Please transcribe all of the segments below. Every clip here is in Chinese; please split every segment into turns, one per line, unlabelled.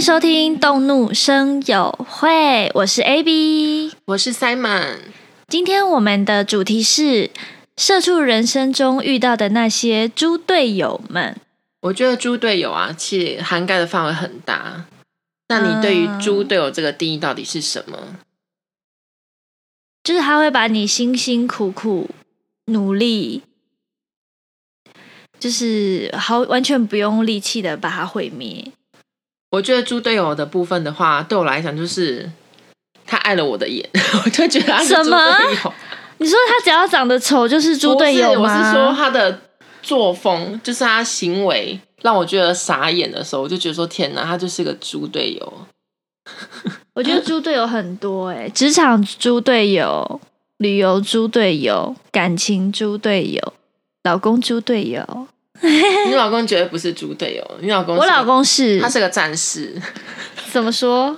收听《动怒声友会》，我是 AB，
我是 Simon。
今天我们的主题是社畜人生中遇到的那些猪队友们。
我觉得猪队友啊，其实涵盖的范围很大。那你对于猪
嗯
队友这个定义到底是什么？
就是他会把你辛辛苦苦努力，就是毫完全不用力气的把它毁灭。
我觉得猪队友的部分的话，对我来讲就是他碍了我的眼， 我就觉得他是
什
猪
么
队友。
你说他只要长得丑就是猪队友
不是我
吗？
是说他的作风，就是他行为让我觉得傻眼的时候，我就觉得说天哪，他就是个猪队 友。
我觉得
嗯
猪队友很多哎、职场猪队友、旅游猪队友、感情猪队友、老公猪队友。
你老公绝对不是猪队友，你老公是
我老公是
他是个战士，
怎么说？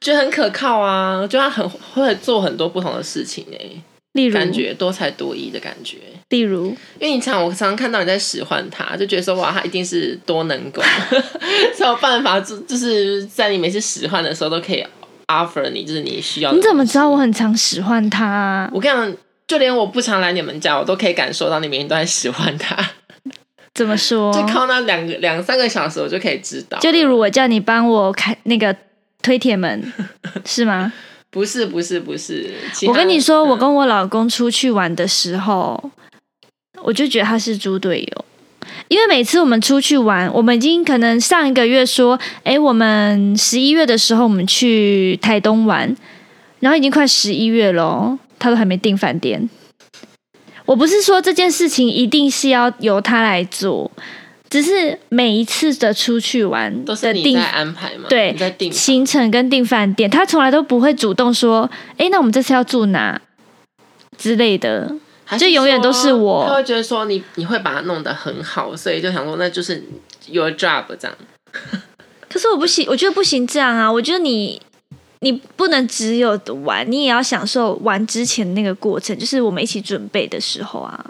觉得很可靠啊，就他很会做很多不同的事情哎、
例如，
感觉多才多艺的感觉。
例如，
因为你常我常常看到你在使唤他，就觉得说哇，他一定是多能 工，才有办法，就就是在你每次使唤的时候都可以 offer 你，就是你需要。
你怎么知道我？很常使唤他啊、
我跟你讲，就连我不常来你们家，我都可以感受到你每天都在使唤他，
怎么说？
就靠那两个两三个小时，我就可以知道。
哦就例如，我叫你帮我开那个推铁门，是吗？
不是不是不是，其他
我跟你说，
嗯
我跟我老公出去玩的时候，我就觉得他是猪队友，因为每次我们出去玩，我们已经可能上一个月说，诶，我们十一月的时候我们去台东玩，然后已经快十一月喽，他都还没订饭店。我不是说这件事情一定是要由他来做，只是每一次的出去玩
都是
的
你
订
在安排嘛，
对
你在定嘛。
行程跟订饭店，他从来都不会主动说，哎，那我们这次要住哪之类的。
还
就是永远都
说
是我
他会觉得说你你会把它弄得很好，所以就想说那就是 your job 这样。
可是我不行，我觉得不行这样啊！我觉得你你不能只有玩，你也要享受玩之前那个过程，就是我们一起准备的时候啊。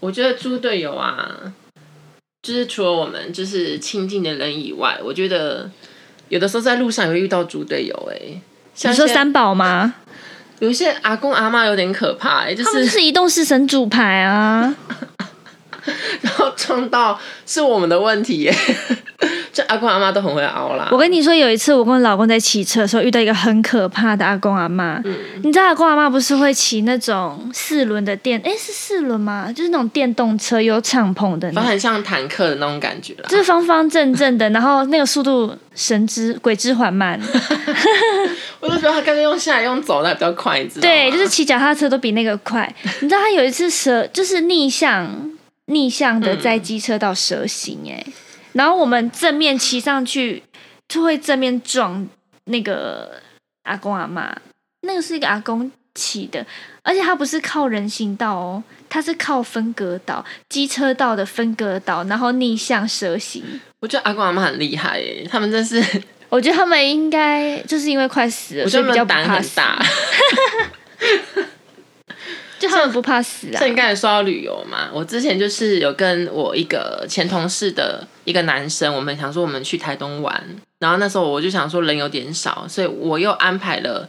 我觉得猪队友啊，就是除了我们就是亲近的人以外，我觉得有的时候在路上也会遇到猪队友哎、像
你
一
说
些
三宝吗？
有一些阿公阿妈有点可怕、欸，就
他们就是是移动式神主牌啊，
然后撞到是我们的问题、耶， 就阿公阿妈都很会凹啦
我。跟你说，有一次我跟我老公在骑车的时候，遇到一个很可怕的阿公阿妈。你知道阿公阿妈不是会骑那种四轮的电，诶，是四轮吗？就是那种电动车有敞篷的那种，
反正很像坦克的那种感觉啦
就，是方方正正的，然后那个速度神之鬼之缓慢。
我就觉得他干脆用下来用走的比较快，你知道吗？
对，就是骑脚踏车都比那个 快。你知道他有一次蛇就是逆向逆向的在机车道蛇行哎、然后我们正面骑上去就会正面撞那个阿公阿妈，那个是一个阿公骑的，而且他不是靠人行道哦，他是靠分隔岛机车道的分隔岛，然后逆向蛇行。
我觉得阿公阿妈很厉害耶，他们真是，
我觉得他们应该就是因为快死了，
我
所
觉
以
得他
比较不
们胆
怕
很
死，
大。
就他们不怕死啊
像。你刚才说到旅游嘛，我之前就是有跟我一个前同事的一个男生，我们想说我们去台东玩，然后那时候我就想说人有点少，所以我又安排了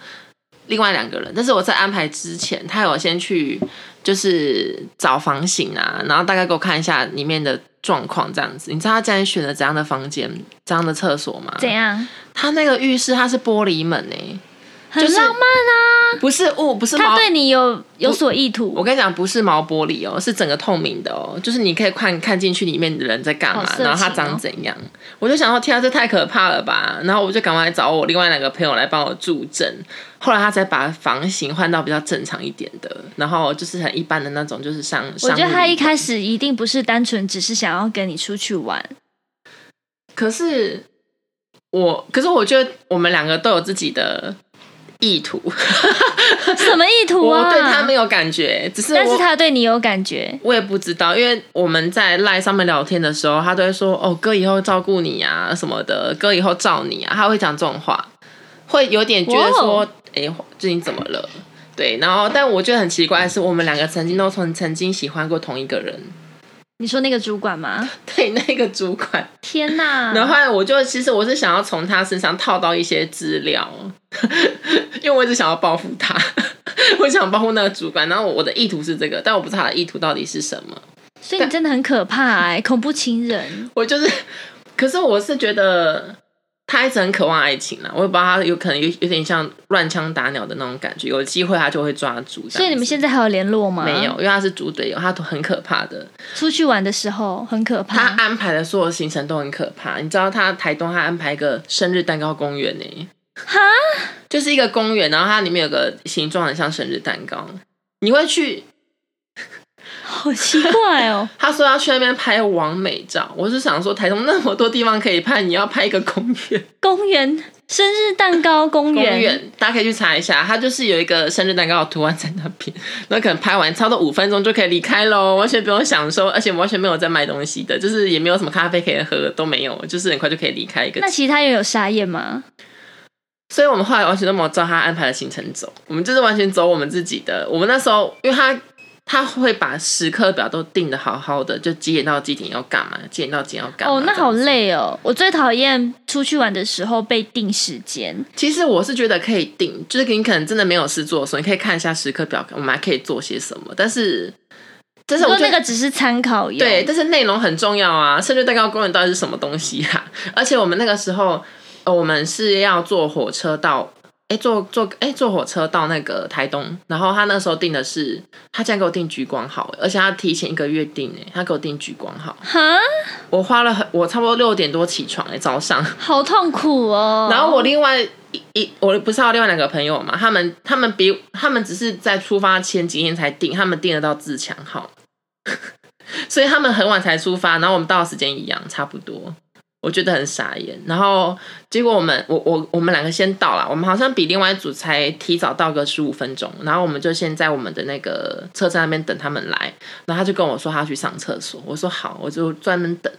另外两个人，但是我在安排之前，他有先去就是找房型啊，然后大概给我看一下里面的状况这样子。你知道他竟然选了怎样的房间、怎样的厕所吗？
怎样？
他那个浴室它是玻璃门诶、
很
就是
浪漫啊！
不是雾，不是
他
毛
对你有有所意
我
图，
跟你讲，不是毛玻璃哦，是整个透明的哦，就是你可以看看进去里面的人在干嘛
好色，情哦
然后他长怎样。我就想说，天啊，这太可怕了吧！然后我就赶快找我另外两个朋友来帮我助阵。后来他才把房型换到比较正常一点的，然后就是很一般的那种，就是商。
我觉得
商
他
务
一开始一定不是单纯只是想要跟你出去 玩，
可是我，可是我觉得我们两个都有自己的意图，
什么意图啊？
我对他没有感觉，只是我
但是他对你有感觉，
我也不知道，因为我们在赖上面聊天的时候，他都会说：“哦，哥以后照顾你啊，什么的，哥以后罩你啊。”他会讲这种话，会有点觉得说
哇哦：“
哎、最近怎么了？”对，然后但我觉得很奇怪的是，我们两个曾经都曾曾经喜欢过同一个人，
你说那个主管吗？
对那个主管。
天哪！
然后后来我就其实我是想要从他身上套到一些资料， 因为我一直想要报复他， 我想报复那个主管。然后我的意图是这个，但我不知道他的意图到底是什么。
所以你真的很可怕哎、恐怖情人。
我就是，可是我是觉得他一直很渴望爱情啦，我也不知道他有可能有有点像乱枪打鸟的那种感觉，有机会他就会抓住。
所以你们现在还有联络吗？
在没有，。因为他是组队友，他都很可怕的。
出去玩的时候很可
他
怕，
安排的所有行程都很可怕，你知道他台东他安排一个生日蛋糕公园呢、
哈，
就是一个公园，然后它里面有个形状很像生日蛋糕。你会去？
好奇怪哦。
他说要去那边拍完美照，我是想说台东那么多地方可以拍，你要拍一个公园？
公园生日蛋糕公
公
园，
园大家可以去查一下，它就是有一个生日蛋糕的图案在那边，然后可能拍完差不多五分钟就可以离开喽，完全不用享受，而且完全没有在卖东西的，就是也没有什么咖啡可以喝，都没有，就是很快就可以离开一个
那其他人有傻眼吗？
所以我们后来完全都没有照他安排的行程走，我们就是完全走我们自己的。我们那时候，因为他他会把时刻表都定的好好的，就几点到几点要干嘛，几点到几点要干嘛。
哦，那
这样
好
子。
累哦。我最讨厌出去玩的时候被定时间，
其实我是觉得可以定，就是你可能真的没有事做的时候，你可以看一下时刻表，我们还可以做些什么。但是，但是
不
我
过那
觉得。
个只是参考用。
对，，但是内容很重要啊！生日蛋糕公园到底是什么东西啊？ 而且我们那个时候，呃，我们是要坐火车到，哎，坐坐，哎，坐火车到那个台东。然后他那时候订的是，他竟然给我订橘光号，而且他提前一个月订，哎，他给我订橘光号。
哈，
我花了很，我差不多六点多起床，哎，早上。
好痛苦哦。
然后我另外一一，我不是还有另外两个朋友嘛？他们他们比他们只是在出发前几天才订，他们订得到自强号， 所以他们很晚才出发，然后我们到的时间一样，差不多。我觉得很傻眼，然后结果我们我我我们两个先到了，我们好像比另外一组才提早到个十五分钟，然后我们就先在我们的那个车站那边等他们来，然后他就跟我说他要去上厕所，我说好，我就专门等。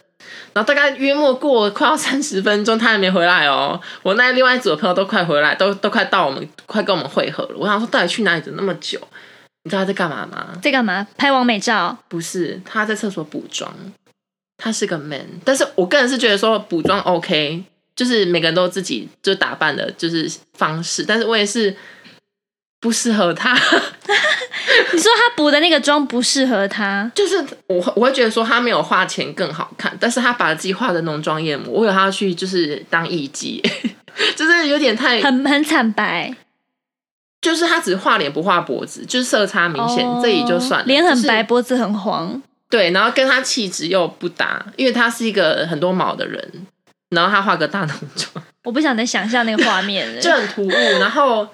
然后大概约莫过快要三十分钟，他还没回来哦。我那另外一组的朋友都快回来，都都快到我们快跟我们会合了。我想说，到底去哪里等那么久？你知道他在干嘛吗？
在干嘛？拍完美照。
不是，他在厕所补妆。他是个 man，但是我个人是觉得说补妆 OK，就是每个人都有自己就打扮的就是方式，但是我也是不适合他。
你说他补的那个妆不适合他，
就是我我会觉得说他没有画钱更好看，但是他把自己画的浓妆艳抹，我有他要去就是当艺妓， 就是有点太，
很很惨白，
就是他只画脸不画脖子，就是色差明显，
哦
这也就算了，
脸很
就是
白，脖子很黄。
对，然后跟他气质又不搭，因为他是一个很多毛的人，然后他画个大浓妆
我不想再想象那个画面 了。
就很突兀，然后。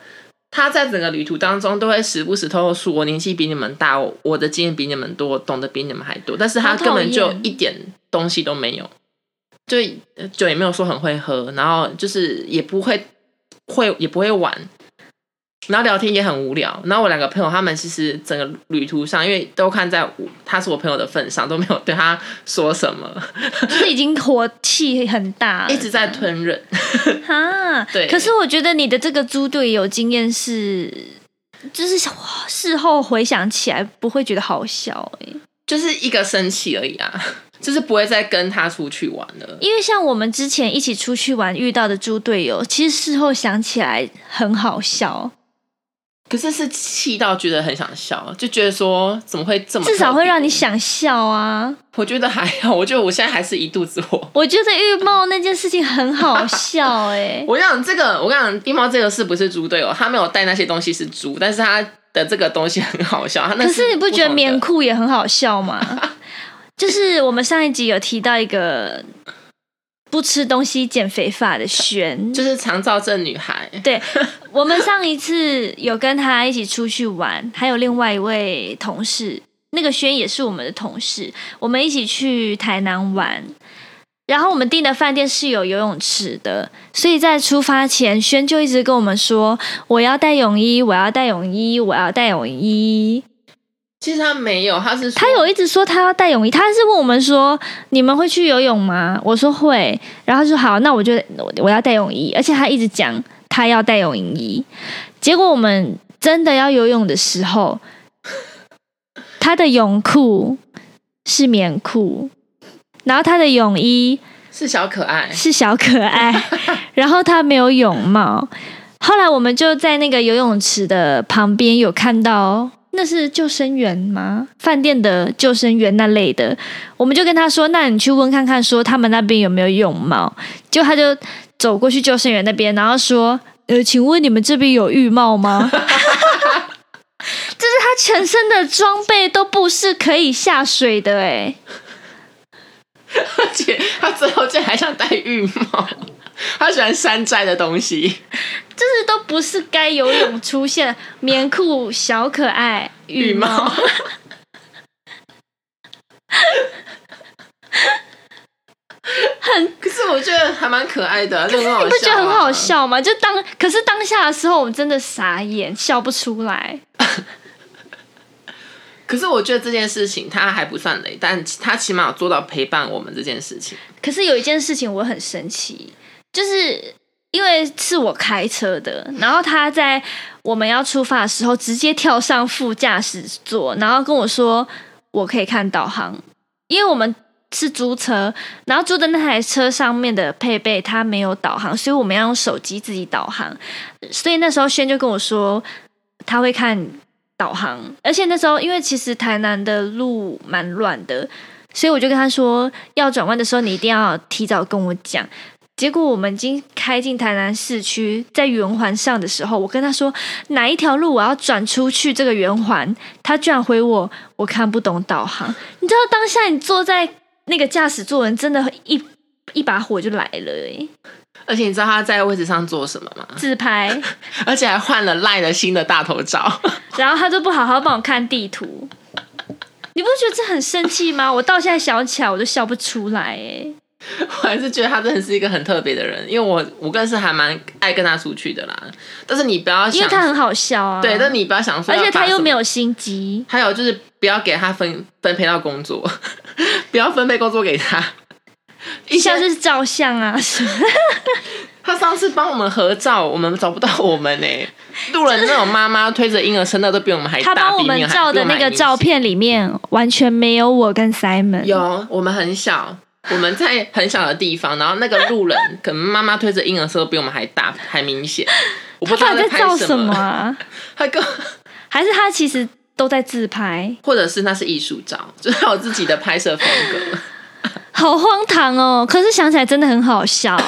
他在整个旅途当中都会时不时偷偷说：“我年纪比你们大，我我的经验比你们多，我懂得比你们还多。”但是他
好讨
根本就
厌
一点东西都没有，就呃酒也没有说很会喝，然后就是也不会会也不会玩，然后聊天也很无聊。然后我两个朋友他们其实整个旅途上，因为都看在我他是我朋友的份上，都没有对他说什么，
就是已经火气很大了，
一直在吞忍。
哈。
对
可是我觉得你的这个猪队友经验是，就是哇事后回想起来不会觉得好笑哎、
就是一个生气而已啊，就是不会再跟他出去玩了。
因为像我们之前一起出去玩遇到的猪队友，其实事后想起来很好笑，
可是是气到觉得很想笑，就觉得说怎么会这么？
至少会让你，想笑啊。
我觉得还好， 我觉得我现在还是一肚子火。
我觉得浴帽那件事情很好 笑哎、
我跟你讲这个，我跟你讲地猫这个是不是猪队友？他没有带那些东西是猪，但是他的这个东西很好笑。他那
可是你
不
不觉得
同的
棉裤也很好笑吗？ 就是我们上一集有提到一个不吃东西减肥法的轩，
就是长照症女孩？
对我们上一次有跟他一起出去玩，还有另外一位同事，那个轩也是我们的同事，我们一起去台南玩。然后我们订的饭店是有游泳池的，所以在出发前，轩就一直跟我们说：“我要带泳衣，我要带泳衣，我要带泳衣。”
其实他没有，他是说
他有一直说他要带泳衣，他是问我们说你们会去游泳吗？我说会，然后他说好，那我就我我要带泳衣，而且他一直讲他要带泳衣。结果我们真的要游泳的时候，他的泳裤是棉裤，然后他的泳衣
是小可爱，
是小可爱，然后他没有泳帽。后来我们就在那个游泳池的旁边有看到，那是救生员吗？饭店的救生员那类的，我们就跟他说：“那你去问看看，说他们那边有没有泳帽。”结果他就走过去救生员那边，然后说：“呃，请问你们这边有浴帽吗？”就是他全身的装备都不是可以下水的、欸，
而且他最后竟然还想戴浴帽， 他喜欢山寨的东西。
就是都不是该游泳出现 棉裤、小可爱、
羽
羽毛，，
很。可是我觉得还蛮可爱的、啊，可是
你不觉得很好？笑吗？就当可是当下的时候，我们真的傻眼，笑不出来。
可是我觉得这件事情他还不算雷，但他起码有做到陪伴我们这件事情。
可是有一件事情我很神奇，就是因为是我开车的，然后他在我们要出发的时候，直接跳上副驾驶座，然后跟我说我可以看导航，因为我们是租车，然后租的那台车上面的配备它没有导航，所以我们要用手机自己导航。所以那时候轩就跟我说他会看导航，而且那时候因为其实台南的路蛮乱的，所以我就跟他说要转弯的时候你一定要提早跟我讲。结果我们已经开进台南市区，在圆环上的时候，我跟他说哪一条路我啊要转出去这个圆环，他居然回我我看不懂导航。你知道当下你坐在那个驾驶座人真的一一把火就来了、欸，
而且你知道他在位置上做什么吗？
自拍，
而且还换了赖的新的大头照。
然后他就不好好帮我看地图，你不觉得这很生气吗？我到现在想起来我都笑不出来、欸，
我还是觉得他真的是一个很特别的人，因为我我个人是还蛮爱跟他出去的啦。但是你不要想，
因为他很好笑啊。
对，但你不要想说，
而且他又没
有。
有心机，
还有就是不要给他分分配到工作， 不要分配工作给他。一
像
下
是照相啊什么，
他上次帮我们合照，我们找不到我们呢、欸 路人那种妈妈推着婴儿生的都比我们还
他
大，
帮我
比你
们
还
照的那个照，片里面完全没有我跟 Simon，
比我们还明显有我们很小。我们在很小的地方，然后那个路人可能妈妈推着婴儿车都比我们还大，还 明显。我不
他
知
到
道
底
拍
在照
什
什么啊？
他跟
还是他其实都在自拍，
或者是那是艺术照，就是他有自己的拍摄风 格。
好荒唐哦！可是想起来真的很好 笑。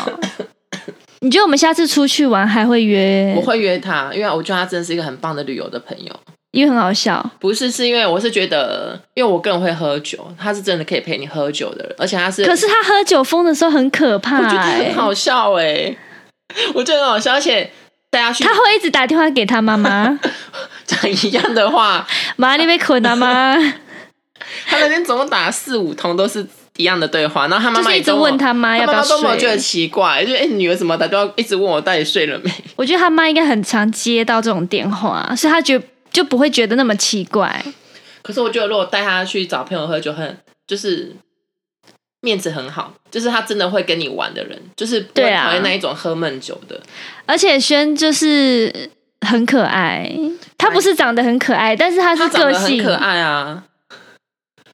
你觉得我们下次出去玩还会约
我？会约他，因为我觉得他真的是一个很棒的旅游的朋友。
因为很好笑。
不是，是因为我是觉得，因为我个人会喝酒，他是真的可以陪你喝酒的人，而且他是，
可是他喝酒疯的时候很可怕、
我觉得很
欸，
好笑哎、我觉得很好笑，而且大家去
他会一直打电话给他妈 妈，
讲一样的话，
啊妈你被捆了吗？
他那边总共打了四五通都是一样的对话，然后他妈
就
妈
是
也
一直
都
问他妈
他
要不
妈
要
妈都没有觉得
睡。
奇怪，就哎、你女儿怎么打电话一直问我到底睡了没？
我觉得他妈应该很常接到这种电话，所以他觉就不会觉得那么奇怪。
可是我觉得如果带他去找朋友喝酒很，就是面子很好，就是他真的会跟你玩的人，就是不会
对啊
讨厌那一种喝闷酒的。
而且轩就是很可爱，他不是长得很可爱，但是他是
他长
个
得 很
性
可爱啊，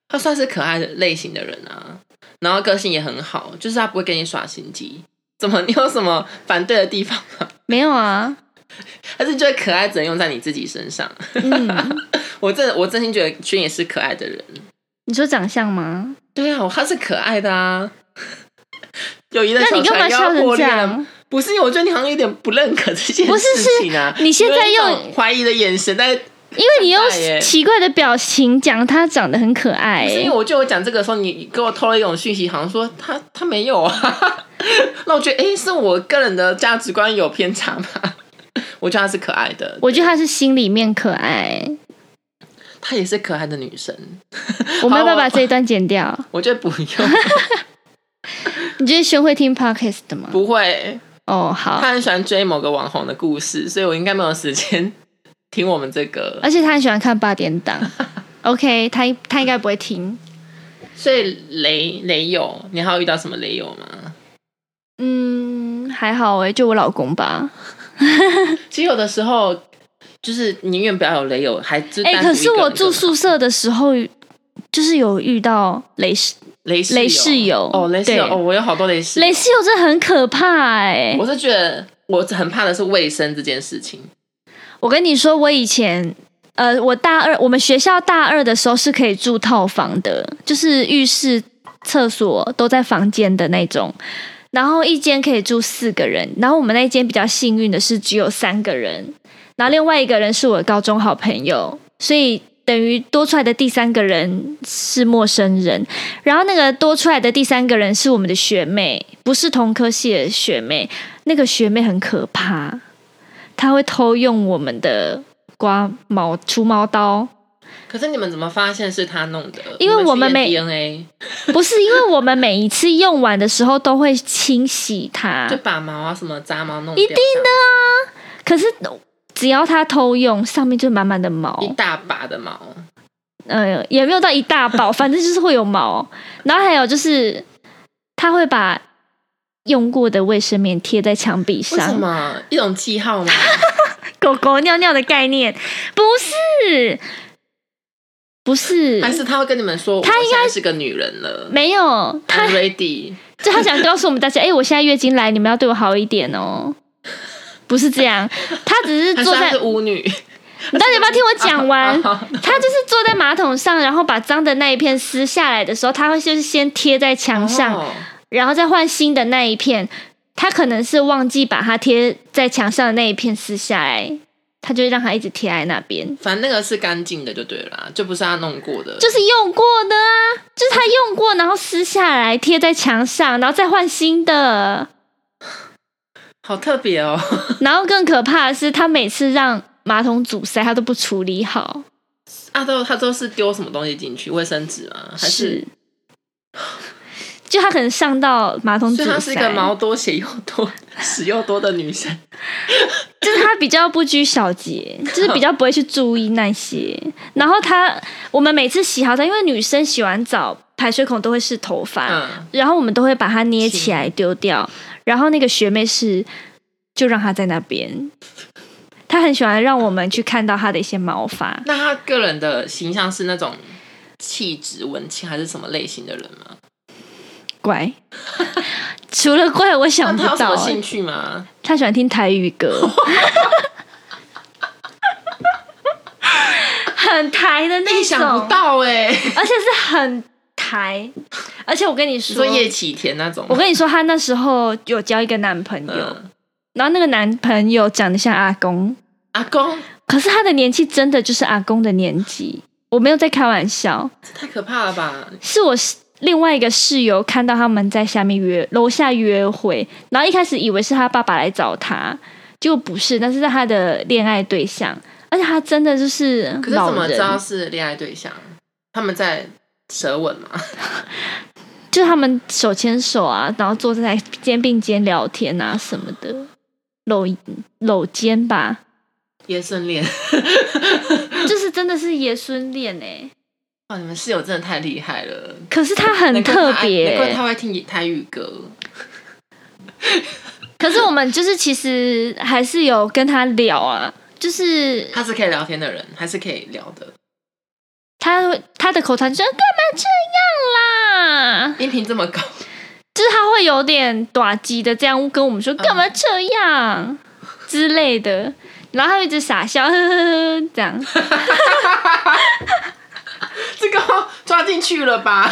他算是可爱的类型的人啊，然后个性也很好，就是他不会跟你耍心机。怎么？你有什么反对的地方吗？
没有啊，
还是觉得可爱只能用在你自己身上？
嗯，
我真的我真心觉得轩也是可爱的人。
你说长相吗？
对啊，他是可爱的啊。友谊的
那嗯
小
你干嘛
船
笑
要
成
破
这
裂了
样？
不是，我觉得你好像有点不认可这件
不是
事情啊。
是你现在
有一
用
种怀疑的眼神，但是
因为你用
很可爱耶
奇怪的表情讲他长得很可爱、
不是因为我就有讲这个的时候，你你给我透了一种讯息，好像说他他没有啊。 那我觉得，哎、是我个人的价值观有偏差吗？ 我觉得她是可爱的，
我觉得他是心里面可爱。
她也是可爱的女生。
我们要不要
好
把
我
这一段剪掉？
我觉得不 用，
你觉得轩会听 podcast 的吗？
不会。
哦，好，
她很喜欢追某个网红的故事，所以我应该没有时间听我们这个。
而且他很喜欢看八点档。OK，他他应该不会听。
所以雷雷友，你还有遇到什么雷友吗？
嗯，还好哎、就我老公吧。
其实有的时候就是宁愿不要有雷友，还知
哎哎、可是我住宿舍的时候，就是有遇到雷室
雷室
雷室友
哦，雷室友
对
哦，我有好多雷室友
雷室友，这很可怕哎、
我是觉得我很怕的是卫生这件事情。
我跟你说，我以前。呃，我大二，我们学校大二的时候是可以住套房的，就是浴室、厕所都在房间的那种，然后一间可以住四个人，然后我们那间比较幸运的是只有三个人，然后另外一个人是我的高中好朋友，所以等于多出来的第三个人是陌生人，然后那个多出来的第三个人是我们的学妹，不是同科系的学妹，那个学妹很可怕，她会偷用我们的刮毛除毛刀，
可是你们怎么发现是他弄的？
因为
你
我们
去
没
验 DNA
不是因为我们每一次用完的时候都会清洗它
就，把毛啊什么杂毛弄掉，一定
可是只要它偷用，上面就满满的毛，
一大把的毛。
呃，也没有到一大包， 反正就是会有毛。然后还有就是，他会把用过的卫生棉贴在墙壁
为什
上，
么一种记号 吗？
狗狗尿尿的概念不是，不是，
还是他会跟你们说，
他
应该是个女人了
没有，他
，I'm ready。
就他想告诉我们大家，哎、我现在月经来，你们要对我好一点哦。不是这样，他只是
还是
坐
她
在
是，巫女？哦
你到底要不要听我讲完？
啊好
他就是坐在马桶上，然后把脏的那一片撕下来的时候，他会就是先贴在墙上，
哦
然后再换新的那一片。他可能是忘记把它贴在墙上的那一片撕下来，他就让它一直贴在那边，
反正那个是干净的就对了啦，就不是他弄过的。
就是用过的啊，就是他用过，然后撕下来贴在墙上，然后再换新的。
好特别哦，
然后更可怕的是，他每次让马桶阻塞，他都不处理好，
啊，都他都是丢什么东西进去？卫生纸吗？还是？
是，就他可能上到马桶阻
所以
塞，
她是一个毛多血又多、 屎又多的女生。
就是他比较不拘小 节，就是比较不会去注意那些。然后他，我们每次洗好澡，因为女生洗完澡排水孔都会是头发，
嗯，
然后我们都会把它捏起来丢掉。然后那个学妹是就让她在那边，她很喜欢让我们去看到她的一些毛发。
那她个人的形象是那种气质文青还是什么类型的人吗？
怪，除了怪，我
那
想不
她有什
到
么
欸、
兴趣吗？
他喜欢听台语歌， 很台的那
意
种，
想不到哎、
而且是很台。而且我跟你
你
说
说，叶启田那种吗，
我跟你说，她那时候有交一个男朋友，
嗯
然后那个男朋友长得像阿公，
阿公
可是他的年纪真的就是阿公的年纪，我没有在开玩笑，
这太可怕了吧？
是我室另外一个室友看到他们在下面约楼下约会，然后一开始以为是他爸爸来找他，结果不是，那是他的恋爱对象，而且他真的就是
可是
老
怎么知道
人，
是恋爱对象？他们在舌吻嘛？
就是他们手牵手啊，然后坐在肩并肩聊天啊什么的，搂搂肩吧，
爷孙恋，
就是真的是爷孙恋哎，
哇，你们室友真的太厉害了，
可是他很
难怪
特
他
别、欸
难怪他会听台语歌。
可是我们就是其实还是有跟他聊啊，就是
他是可以聊天的人，还是可以聊的。
他会他的口才就是干嘛这样啦？
音频这么高，
就是他会有点短击的这样跟我们说干嘛这样之类的，然后他会一直傻笑，呵呵呵这 样。
这个要抓进去了吧？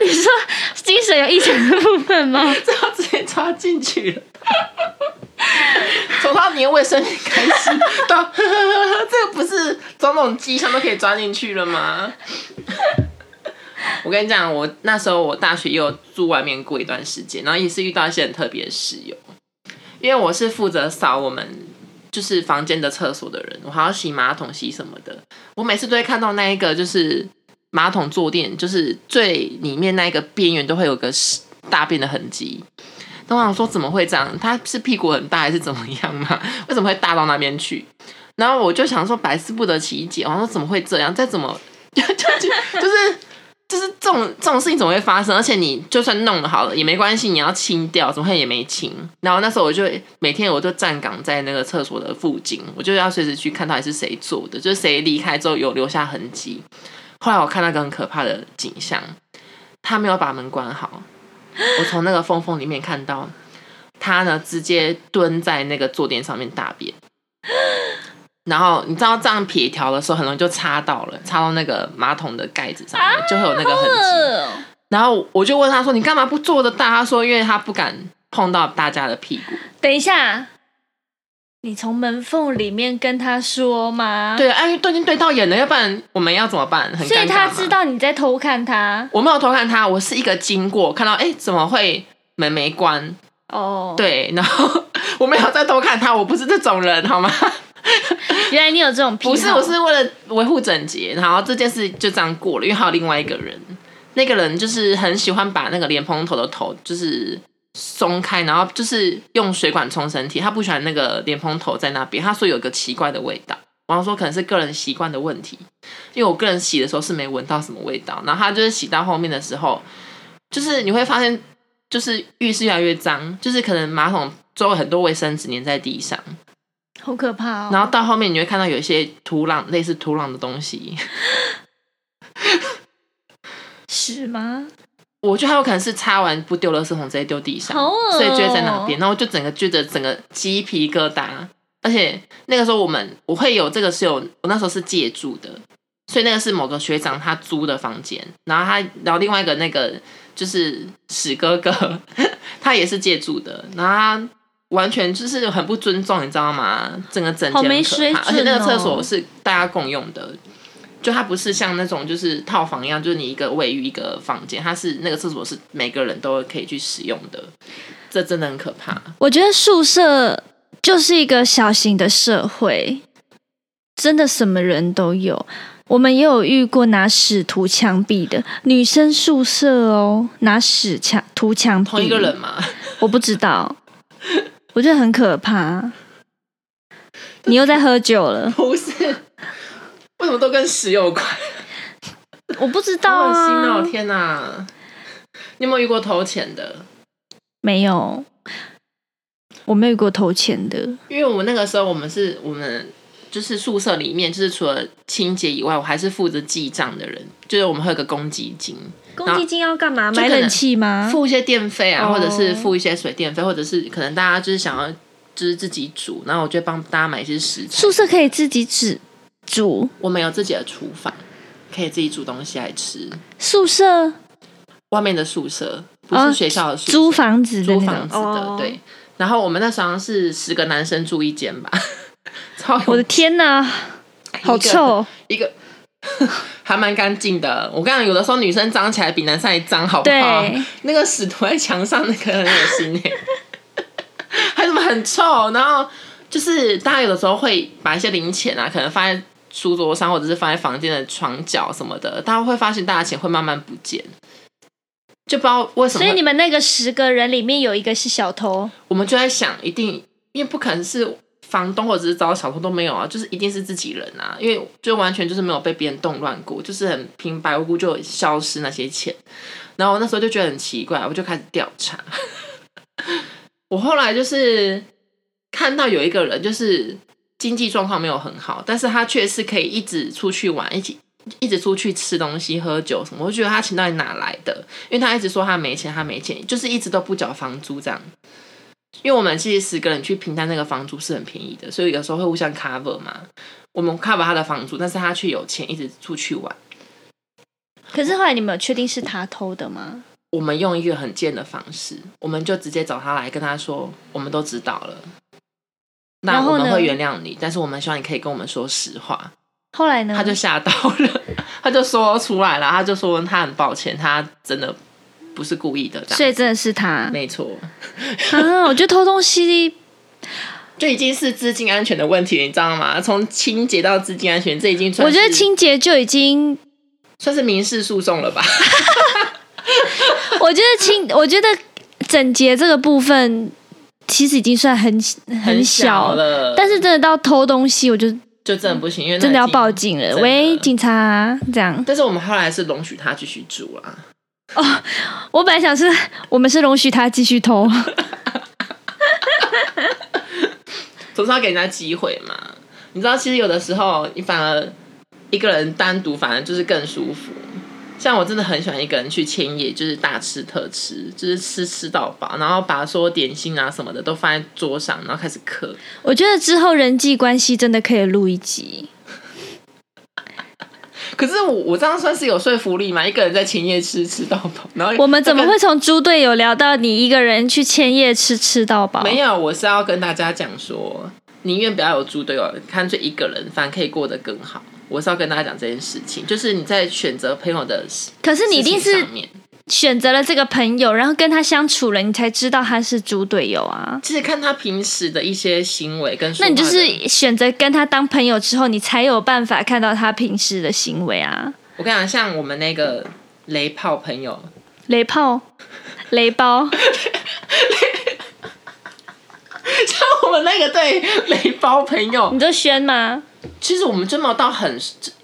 你说精神有异常的部分吗？
这要直接抓进去了。从他年卫生棉开始到呵呵呵呵，这个不是种种迹象都可以抓进去了吗？ 我跟你讲，我那时候我大学也有住外面过一段时间，然后也是遇到一些很特别的室友，因为我是负责扫我们就是房间的厕所的人，我还要洗马桶、洗什么的。我每次都会看到那一个就是马桶坐垫，就是最里面那一个边缘都会有个屎大便的痕迹。那我想说怎么会这样？他是屁股很大还是怎么样嘛？ 为什么会大到那边去？然 后我就想说百思不得其解，我想说怎么会这样？再怎么就就就就是就是这种这种事情总会发生，而且你就算弄了好了也没关系，你要清掉，怎么看也没清。然后那时候我就每天我就站岗在那个厕所的附近，我就要随时去看到底是谁做的，就是谁离开之后有留下痕迹。后来我看到一个很可怕的景象，他没有把门关好，我从那个缝缝里面看到他呢直接蹲在那个坐垫上面大便。然后你知道这样撇条的时候，很容易就插到了，插到那个马桶的盖子上
啊
面，就会有那个痕迹。
哦
然后我就问他说：“你干嘛不坐着大？”他说：“因为他不敢碰到大家的屁股。
等一下，你从门缝里面跟他说吗？”，
对，哎，都已经对到眼了，要不然我们要怎么办？
啊
很尴尬
所以他
嘛
知道你在偷看他
我没有偷看他，我是一个经过看到，哎，怎么会门没关？
哦。，
对，然后 我没有在偷看他，我不是这种人，好吗？
原来你有这种癖好
不是，我是为了维护整洁，然后这件事就这样过了，因为还有另外一个人，那个人就是很喜欢把那个莲蓬头的头就是松开，然后就是用水管冲身体，他不喜欢那个莲蓬头在那边，他说有个奇怪的味道。然后说可能是个人习惯的问题，因为我个人洗的时候是没闻到什么味道，然后他就是洗到后面的时候，就是你会发现，就是浴室越来越脏，就是可能马桶周围很多卫生纸粘在地上，
好可怕哦。
然后到后面你会看到有一些土壤，类似土壤的东西。
屎吗？
我觉得它有可能是擦完不丢垃圾桶，直接丢地上，
好恶哦
所以就会在那边。然后我就整个觉得整个鸡皮疙瘩，而且那个时候我们我会有这个是有我那时候是借住的，所以那个是某个学长他租的房间，然后他然后另外一个那个就是史哥 哥，他也是借住的，然后他完全就是很不尊重，你知道吗？整个整
好
间
没
很
水准
可怕，而且那个
哦
厕所是大家共用的，就它不是像那种就是套房一样，就是你一个卫浴一个房间，它是那个厕所是每个人都可以去使用的，这真的很可怕。
我觉得宿舍就是一个小型的社会，真的什么人都有。我们也有遇过拿屎涂墙壁的女生宿舍哦，拿屎墙涂墙壁。
同一个人？嘛，
我不知道，我觉得很可怕。你又在喝酒了？
不是？ 为什么都跟屎有关？
我不知道
好恶心
啊
哦！，天哪！你有没有遇过投钱的？
没有，我没有遇过投钱的。
因为我那个时候我们是我们就是宿舍里面，就是除了清洁以外，我还是负责记账的人，就是我们会有个公积金，
公积金要干嘛？
就
买
可能
冷气吗？
付一些电费啊，
哦
或者是付一些水电费，或者是可能大家就是想要就是自己煮，然后我就会帮大家买一些食材
宿。舍可以自己煮煮，
我们有自己的厨房，可以自己煮东西来吃。
宿舍
外面的宿舍不
哦
是学校的宿舍，
租房子的
租
那种，
房子的、
哦
对。然后我们那时候好像是十个男生住一间吧， 超有
我的天哪，好臭！
哎一个 还蛮干净的。我跟你讲，有的时候女生脏起来比男生还脏，好不好
对？
那个屎涂在墙上，那个很恶心哎、 还怎么很臭？然后就是大家有的时候会把一些零钱啊，可能放在书桌上，或者是放在房间的床角什么的，大家会发现大家钱会慢慢不见，就不知道为什
所
么会。
以你们那个十个人里面有一个是小偷，
我们就在想，一定因为不可能是房东或者是找小偷都没有啊，就是一定是自己人啊，因为就完全就是没有被别人动乱过，就是很平白无故就消失那些钱。然后我那时候就觉得很奇怪，我就开始调查。 我后来就是看到有一个人，就是经济状况没有很好，但是他却是可以一直出去玩，一起一直出去吃东西、喝酒什么。我就觉得他钱到底哪来的？因为他一直说他没钱，他没钱，就是一直都不缴房租这样。因为我们其实十个人去平摊那个房租是很便宜的，所以有时候会互相 cover 嘛。我们 cover 他的房租，但是他却有钱一直出去玩。
可是后来你们有确定是他偷的吗？
我们用一个很贱的方式，我们就直接找他来跟他说，我们都知道了，那
然后
我
呢
们会原谅你，但是我们希望你可以跟我们说实话。
后来呢？
他就吓到了， 他就说出来了，他就说他很抱歉，他真的不是故意的，这
所
样
以真的是他
没错，
啊！我觉得偷东 西
就已经是资金安全的问题，你知道吗？从清洁到资金安全，这已经算
我觉得
是
清洁就已经，
算是民事诉讼 了吧？
我觉得清，我觉得整洁这个部分其实已经算很很
了，
但是真的到偷东西，我就
就真的不行，因为那
真的要
已经
报。警了，
真的
喂，警察，这样。
但是我们后来是容许他继续住啊啦，
我本来想是， 我们是容许他继续偷，
总是要给人家机会嘛。你知道，其实有的时候你反而一个人单独，反而就是更舒服。像我真的很喜欢一个人去千叶，就是大吃特吃，就是吃吃到饱，然后把所有点心啊什么的都放在桌上，然后开始嗑。
我觉得之后人际关系真的可以录一集。
可是我我这样算是有说服力吗？一个人在千叶吃吃到饱，然后
我们怎么会从猪队友聊到你一个人去千叶吃吃到饱？
没有，我是要跟大家讲说，宁愿不要有猪队友，干脆一个人，反正可以过得更好。我是要跟大家讲这件事情，就是你在选择朋友的事
可是你一定
事情
是
上面，
选择了这个朋友，然后跟他相处了，你才知道他是猪队友啊。
其实看他平时的一些行为跟说
那
话
你
的，
就是选择跟他当朋友之后，你才有办法看到他平时的行为啊。
我跟你讲，像我们那个雷炮朋友，
雷炮、雷包，
像我们那个对雷包朋友
你，就宣吗？
其实我们真没有到很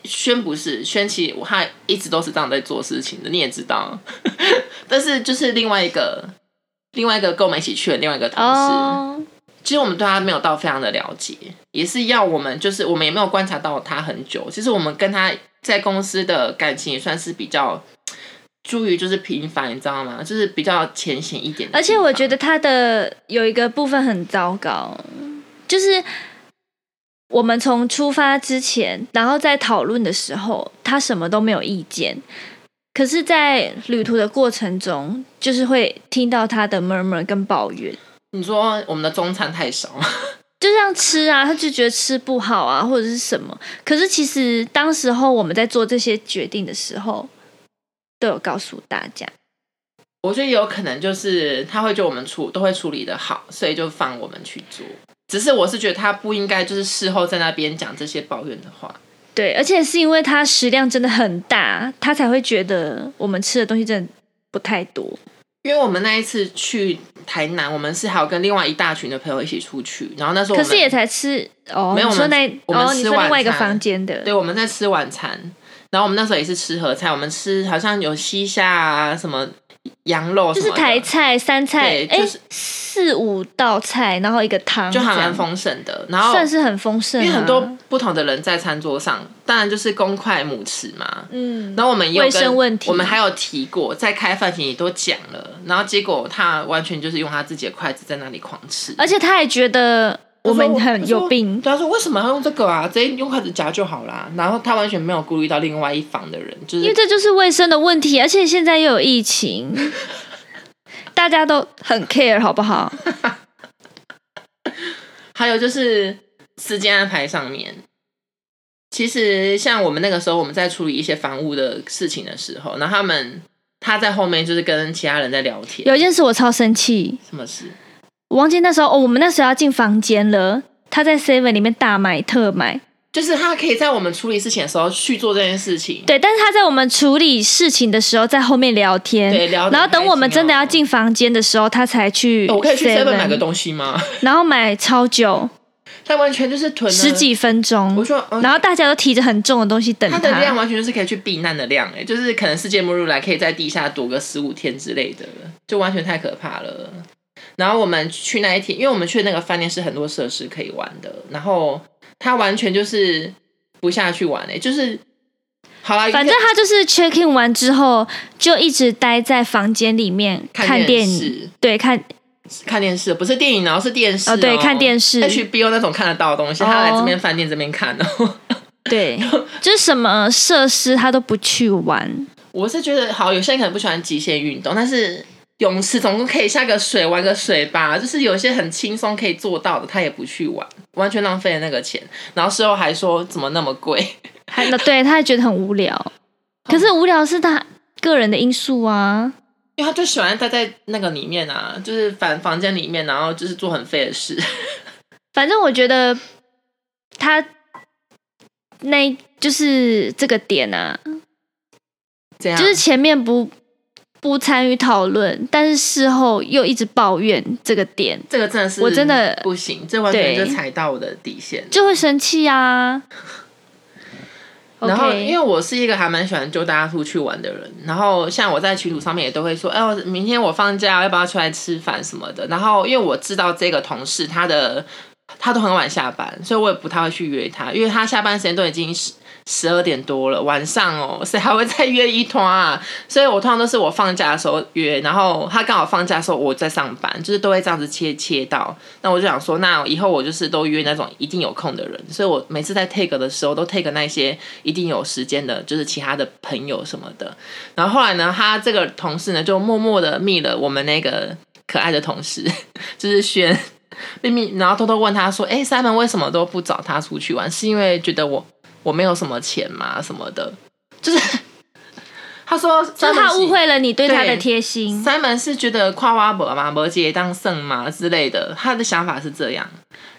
宣，不是宣其我他一直都是这样在做事情的，你也知道。 但是就是另外一个，另外一个跟我们一起去的另外一个同事，
哦，
其实我们对他没有到非常的了解，也是要我们就是我们也没有观察到他很久。其实我们跟他在公司的感情也算是比较诸于就是平凡，你知道吗？就是比较浅显一点的地方。
而且我觉得他的有一个部分很糟糕，就是我们从出发之前，然后在讨论的时候，他什么都没有意见。可是，在旅途的过程中，就是会听到他的 murmur 跟抱怨，
你说我们的中餐太少，
就这样吃啊，他就觉得吃不好啊，或者是什么。可是其实当时候我们在做这些决定的时候，都有告诉大家，
我觉得有可能就是他会觉得我们处都会处理的好，所以就放我们去做。只是我是觉得他不应该就是事后在那边讲这些抱怨的话。
对，而且是因为他食量真的很大，他才会觉得我们吃的东西真的不太多。
因为我们那一次去台南，我们是还有跟另外一大群的朋友一起出去，然后那时候我
可
们
是也才吃哦，
没有
你说那
我们
哦，
吃
你说另外一个
晚餐
房间的，
对，我们在吃晚餐，然后我们那时候也是吃合菜，我们吃好像有西虾啊，什么羊肉
就
什
是
么的，
台菜、三菜，
对
哎、
就是
四五道菜，然后一个汤，
就还
这
蛮
样
丰盛的。然后
算是很丰盛、
因
啊，
为很多不同的人在餐桌上，当然就是公筷母匙嘛。
嗯，
然后我们也有
卫
跟
生问题
我们还有提过，在开饭前也都讲了，然后结果他完全就是用他自己的筷子在那里狂吃，
而且他也觉得我们很有病，
他说对他说为什么要用这个啊？直接用筷子夹就好啦。然后他完全没有顾虑到另外一方的人，就
因为
是
这就是卫生的问题，而且现在又有疫情， 大家都很 care，好不好？
还有就是时间安排上面，其实像我们那个时候我们在处理一些房屋的事情的时候，然后他们他在后面就是跟其他人在聊天，
有一件事我超生气，
什么事？
我忘记那时候哦，我们那时候要进房间了，他在 Seven 里面大买特买，
就是他可以在我们处理事情的时候去做这件事情。
对，但是他在我们处理事情的时候在后面聊天，
对聊得
然后
很开
等
心
我们真的
哦
要进房间的时候，他才去、
欸我可以去 seven 买个，东西吗？
然后买超久，
他完全就是囤了
十，几分
我
钟，
说，呃
然后大家都提着很重的东西等
他的量完全就是可以去避难的量、欸，哎，就是可能世界末日来可以在地下躲个十五天之类的，就完全太可怕了。然后我们去那一天，因为我们去那个饭店是很多设施可以玩的，然后他完全就是不下去玩、欸，哎，就是好了，
反正他就是 check in 完之后，就一直待在房间里面
看
电
视
影，对，看
看电视，不是电影，然后是电视、
哦对看电视
HBO 那种看得到的东西，他来这边饭店这边看哦。
对，就是什么设施他都不去玩，
我是觉得好，有些人可能不喜欢极限运动，但是泳池总共可以下个水玩个水吧，就是有些很轻松可以做到的，他也不去玩，完全浪费了那个钱。然后事后还说怎么那么贵，
还那对他还觉得很无
哦
聊。可是无聊是他个人的因素啊，
因为他就喜欢待在那个里面啊，就是反房间里面，然后就是做很废的事。
反正我觉得他那就是这个点啊，
这样
就是前面不不参与讨论，但是事后又一直抱怨这个点，
这个真的是
我真的
不行，这完全
对
就踩到我的底线了。
就会生气啊。
然后，因
为
为我是一个还蛮喜欢揪大家出去玩的人，然后像我在群组上面也都会说，哎、我明天我放假，要不要出来吃饭什么的。然后，因为我知道这个同事他的他都很晚下班，所以我也不太会去约他，因为他下班时间都已经十十二点多了，晚上哦，谁还会再约一团啊？所以我通常都是我放假的时候约，然后他刚好放假的时候我在上班，就是都会这样子切切到。那我就想说，那以后我就是都约那种一定有空的人，所以我每次在 take 的时候都 take 那些一定有时间的，就是其他的朋友什么的。然后后来呢，他这个同事呢就默默的密了我们那个可爱的同事， 就是轩。秘密，然后偷偷问他说：“哎、s i m o n 为什么都不找他出去玩？是因为觉得我我没有什么钱吗？什么的？”就是 他说，
就是他误会了你对他的
对
贴心，
Simon 是觉得跨挖博嘛，博姐当圣嘛之类的，他的想法是这样。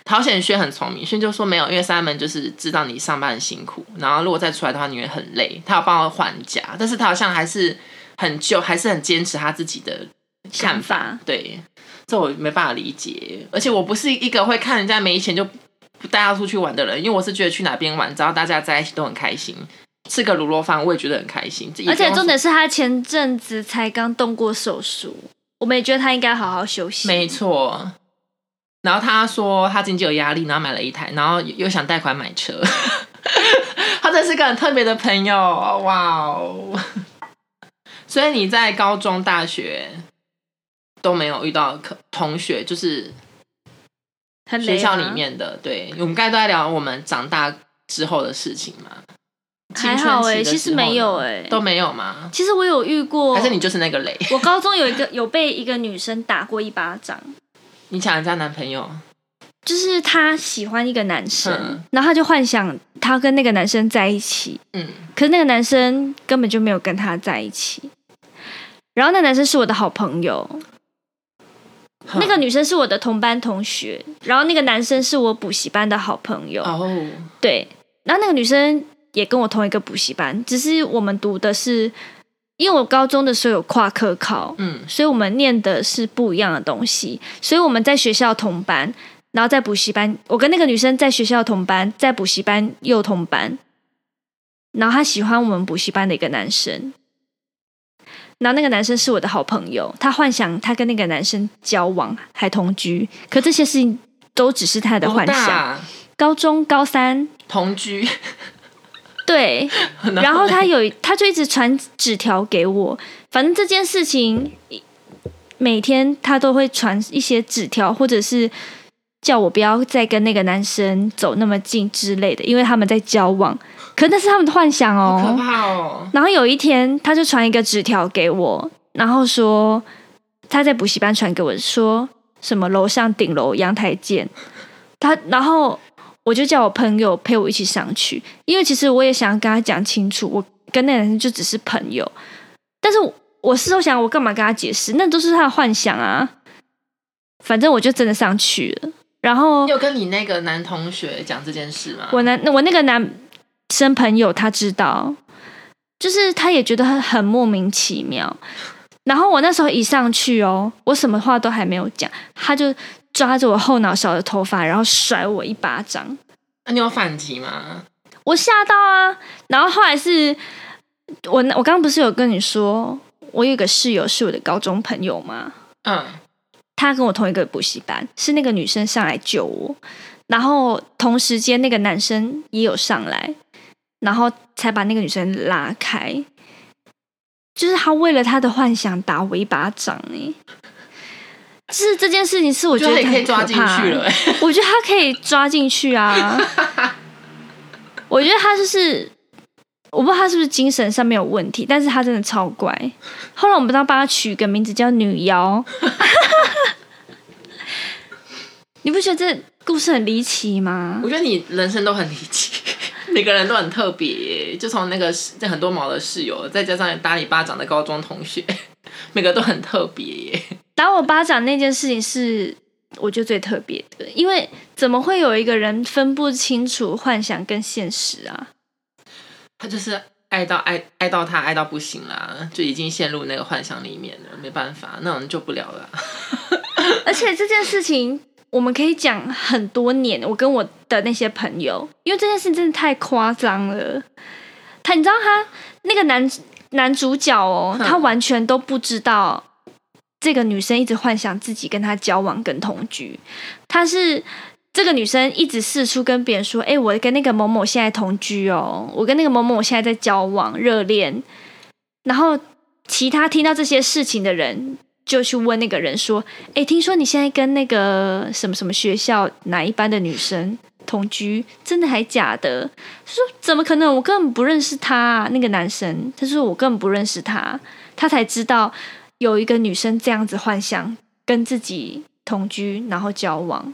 陶显轩很聪明，轩就说没有，因为 Simon 就是知道你上班很辛苦，然后如果再出来的话，你会很累。他要帮我还价，但是他好像还是很旧，还是很坚持他自己的看
想法
对，这我没办法理解，而且我不是一个会看人家没钱就不带他出去玩的人，因为我是觉得去哪边玩，只要大家在一起都很开心，吃个卤肉饭我也觉得很开心。这也
而
不用
且
说
重点是他前阵子才刚动过手术，我们也觉得他应该好好休息。
没错。然后他说他经济有压力，然后买了一台，然后又想贷款买车。 他真是个很特别的朋友，哇哦！所以你在高中、大学都没有遇到可同学，就是
很累
学
啊
校里面的。对，我们刚才都在聊我们长大之后的事情嘛。
还好哎、
哎、
其实没有哎、
都没有吗？
其实我有遇过，
还是你就是那个雷？
我高中有一个有被一个女生打过一巴掌，
你抢人家男朋友？
就是她喜欢一个男生，
嗯
然后她就幻想她跟那个男生在一起，
嗯，
可是那个男生根本就没有跟她在一起。然后那男生是我的好朋友，那个女生是我的同班同学，然后那个男生是我补习班的好朋友，
哦，
对，然后那个女生也跟我同一个补习班，只是我们读的是，因为我高中的时候有跨科考，
嗯，
所以我们念的是不一样的东西，所以我们在学校同班，然后在补习班，我跟那个女生在学校同班，在补习班又同班，然后她喜欢我们补习班的一个男生，然后那个男生是我的好朋友，他幻想他跟那个男生交往还同居，可这些事情都只是他的
多
幻想。
大啊
高中高三，
同居。
对，然后他有一他就一直传纸条给我，反正这件事情每天他都会传一些纸条，或者是叫我不要再跟那个男生走那么近之类的，因为他们在交往。可那是他们的幻想
好可
哦。
怕哦！
然后有一天，他就传一个纸条给我，然后说他在补习班传给我说什么楼上顶楼阳台见。他然后我就叫我朋友陪我一起上去，因为其实我也想要跟他讲清楚，我跟那个人就只是朋友。但是我我事后想，我干嘛跟他解释？那都是他的幻想啊。反正我就真的上去了，然后
你有跟你那个男同学讲这件事吗？
我男我那个男生朋友他知道，就是他也觉得很很莫名其妙。然后我那时候一上去哦，我什么话都还没有讲，他就抓着我后脑勺的头发，然后甩我一巴掌。
那啊你有反击吗？
我吓到啊！然后后来是我那我刚刚不是有跟你说，我有一个室友是我的高中朋友吗？
嗯，
他跟我同一个补习班，是那个女生上来救我，然后同时间那个男生也有上来，然后才把那个女生拉开。就是他为了他的幻想打我一巴掌哎、就是这件事情是我
我
觉得
也可以抓
很可
进
怕
去了、欸。
我觉得他可以抓进去啊。我觉得他就是，我不知道他是不是精神上面有问题，但是他真的超乖。后来我们帮他帮他取一个名字叫女妖， 你不觉得这故事很离奇吗
我？觉得你人生都很离奇， 每个人都很特别耶、就从那个室很多毛的室友，再加上打你巴掌的高中同学， 每个都很特别耶、
打我巴掌那件事情是我觉得最特别的，因为怎么会有一个人分不清楚幻想跟现实啊？
他就是爱到爱爱到他爱到不行啦，就已经陷入那个幻想里面了，没办法，那我们救不了了。
而且这件事情我们可以讲很多年，我跟我的那些朋友，因为这件事真的太夸张了。他你知道他那个男男主角哦，
哼
他完全都不知道这个女生一直幻想自己跟他交往跟同居，他是。这个女生一直四处跟别人说：“哎、我跟那个某某现在同居哦，我跟那个某某现在在交往热恋。”然后其他听到这些事情的人就去问那个人说：“哎，听说你现在跟那个什么什么学校哪一班的女生同居，真的还假的？”他说：“怎么可能？我根本不认识他、啊、那个男生。”他说：“我根本不认识他。”他才知道有一个女生这样子幻想跟自己同居，然后交往。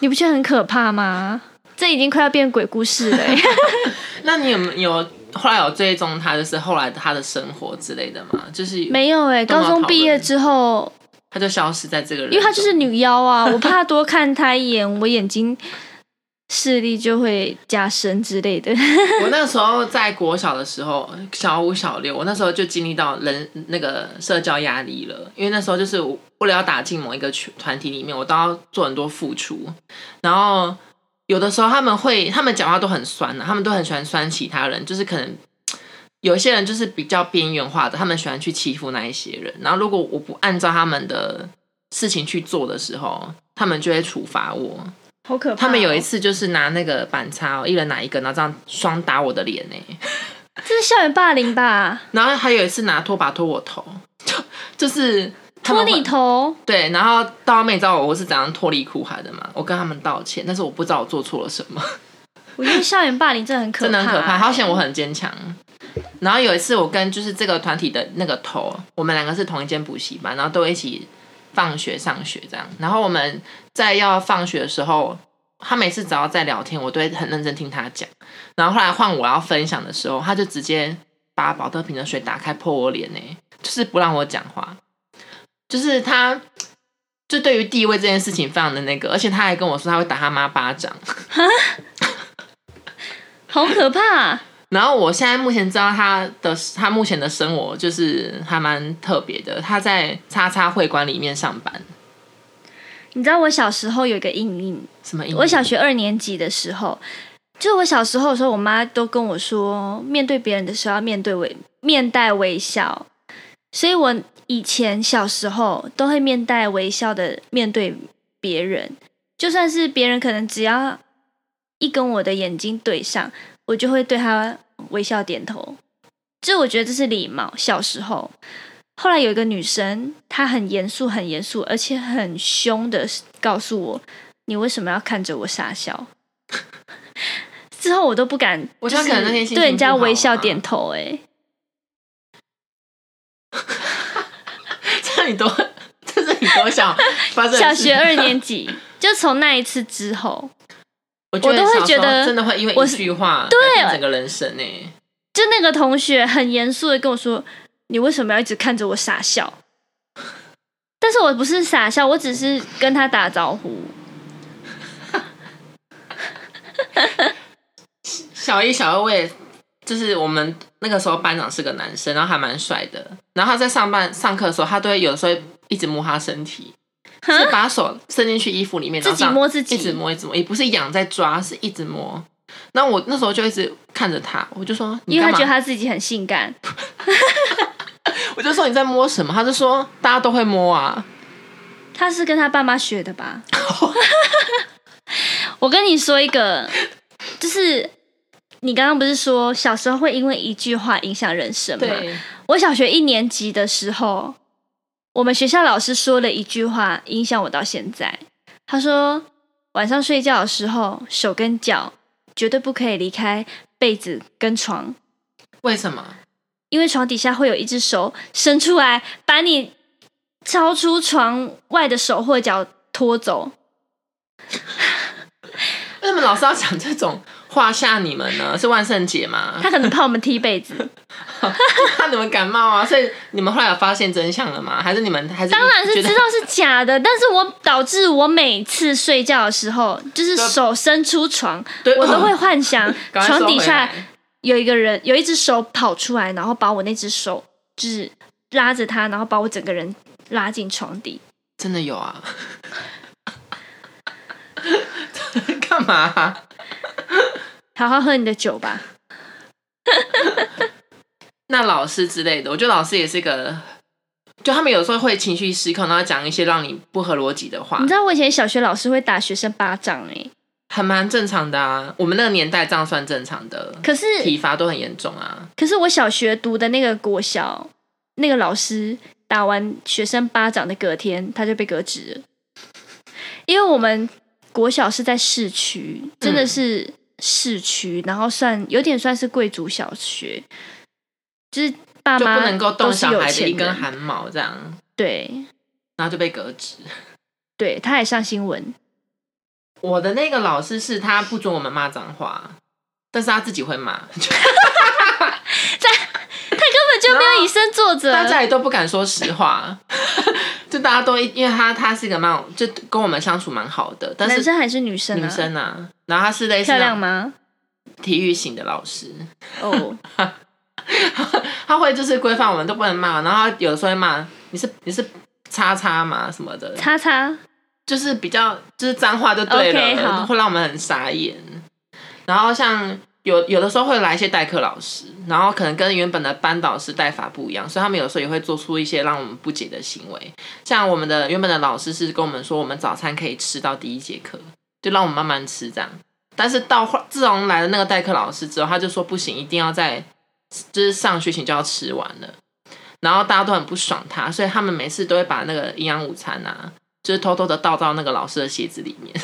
你不觉得很可怕吗？这已经快要变鬼故事了、欸。
那你有没有后来有追踪他，就是后来他的生活之类的吗？就是
没有哎、
干嘛
高中毕业之后，
他就消失在这个人中，
因为她就是女妖啊， 我怕多看她一眼，我眼睛视力就会加深之类 的。
我那时候在国小的时候，小五、小六，我那时候就经历到人那个社交压力了，因为那时候就是我为了要打进某一个群团体里面，我都要做很多付出，然后有的时候他们会，他们讲话都很酸啊的、他们都很喜欢酸其他人，就是可能。有一些人就是比较边缘化的，他们喜欢去欺负那一些人。然后如果我不按照他们的事情去做的时候，他们就会处罚我。
好可怕哦、
他们有一次就是拿那个板擦、哦，一人拿一个，然后这样双打我的脸呢。
这是校园霸凌吧？
然后还有一次拿拖把拖我头，就就是他
拖
们会
你头，
对，然后到后面你知道我我是怎样脱离苦海的嘛？我跟他们道歉，但是我不知道我做错了什么，
我觉得校园霸凌真的很可
真
怕、
的很可怕。好
欸
险我很坚强。然后有一次我跟就是这个团体的那个头，我们两个是同一间补习班，然后都一起放学上学这样。然后我们在要放学的时候，他每次只要在聊天，我都会很认真听他讲。然后后来换我要分享的时候，他就直接把保特瓶的水打开泼我脸呢、欸就是不让我讲话，就是他。就对于地位这件事情非常的那个，而且他还跟我说他会打他妈巴掌。
好可怕！
然后我现在目前知道他的他目前的生活就是还蛮特别的，他在叉叉会馆里面上班，
你知道我小时候有一个阴影，
什么意
我小学二年级的时候，就是我小时候的时候，我妈都跟我说，面对别人的时候要面对微面带微笑，所以我以前小时候都会面带微笑的面对别人，就算是别人可能只要一跟我的眼睛对上，我就会对他微笑点头。这我觉得这是礼貌。小时候，后来有一个女生，她很严肃、很严肃，而且很凶的告诉我，你为什么要看着我傻笑？ 之后我都不敢，
我觉
就是
得可能那天心情
对人家
不好
微笑
啊
点头、欸，
这你都 这是你多小发生的事
小学二，年级，就从那一次之后，
我觉
我都会
小时候
觉得
真的会因为
我
一
是
句话
对
改变整个人生欸呢。
就那个同学很严肃的跟我说：“你为什么要一直看着我傻笑？” 但是我不是傻笑，我只是跟他打招呼。
小一、小二我也就是我们那个时候班长是个男生，然后还蛮帅的。然后他在上班上课的时候，他都会有时候一直摸他身体，是把手伸进去衣服里面，然后
自己
这样
摸自己
一直摸一直摸，也不是痒在抓，是一直摸。那我那时候就一直看着他，我就说，你
因为他
干嘛
觉得他自己很性感，
我就说你在摸什么？他就说大家都会摸啊。
他是跟他爸妈学的 吧？我跟你说一个，就是你刚刚不是说小时候会因为一句话影响人生吗？
对，
我小学一年级的时候，我们学校老师说了一句话，影响我到现在。他说，晚上睡觉的时候，手跟脚绝对不可以离开被子跟床，
为什么？
因为床底下会有一只手伸出来，把你超出床外的手或脚拖走。
为什么老师要讲这种话吓你们呢？是万圣节 吗？
他可能怕我们踢被子。
他怎么感冒啊？所以你们后来有发现真相了吗？还是你们还是
当然是
觉
知
得
道是假的，但是我导致我每次睡觉的时候，就是手伸出床，
对哦
我都会幻想
赶快收
床底
回
下
来
有一个人，有一只手跑出来，然后把我那只手就是拉着他，然后把我整个人拉进床底。
真的有啊？ 干嘛啊、
好好喝你的酒吧。
那老师之类的，我觉得老师也是个，就他们有时候会情绪失控，然后讲一些让你不合逻辑的话
你知，道我以前小学老师会打学生巴掌哎、
还蛮正常的啊。我们那个年代这样算正常的，
可是
体罚都很严重啊。
可是我小学读的那个国小，那个老师打完学生巴掌的隔天，他就被革职了，因为我们国小是在市区，真的是市区，然后算有点算是贵族小学，就是爸
就不
妈
能够动
都是
小
有
孩的
钱
一根
人
汗毛这样，
对
然后就被革职。
对，他还上新闻，
我的那个老师是他不准我们骂脏话，但是他自己 会骂，就
根本就没有以身作则。
大家也都不敢说实话，就大家都因为他他是一个蛮就跟我们相处蛮好的，但
男
是
生还是女生、啊？
女生啊，然后他 是啊类似
漂
那
亮
种
吗？
体育型的老师，
哦，
他会就是规范我们都不能骂，然后他有时候会骂你是你是叉叉嘛什么的，
叉叉，
就是比较就是脏话就对了
OK，好
会让我们很傻眼。然后像有有的时候会来一些代课老师，然后可能跟原本的班导师带法不一样，所以他们有时候也会做出一些让我们不解的行为。像我们的原本的老师是跟我们说，我们早餐可以吃到第一节课，就让我们慢慢吃这样。但是到后自从来了那个代课老师之后，他就说不行，一定要在就是上学前就要吃完了。然后大家都很不爽他，所以他们每次都会把那个营养午餐啊，就是偷偷的倒到那个老师的鞋子里面。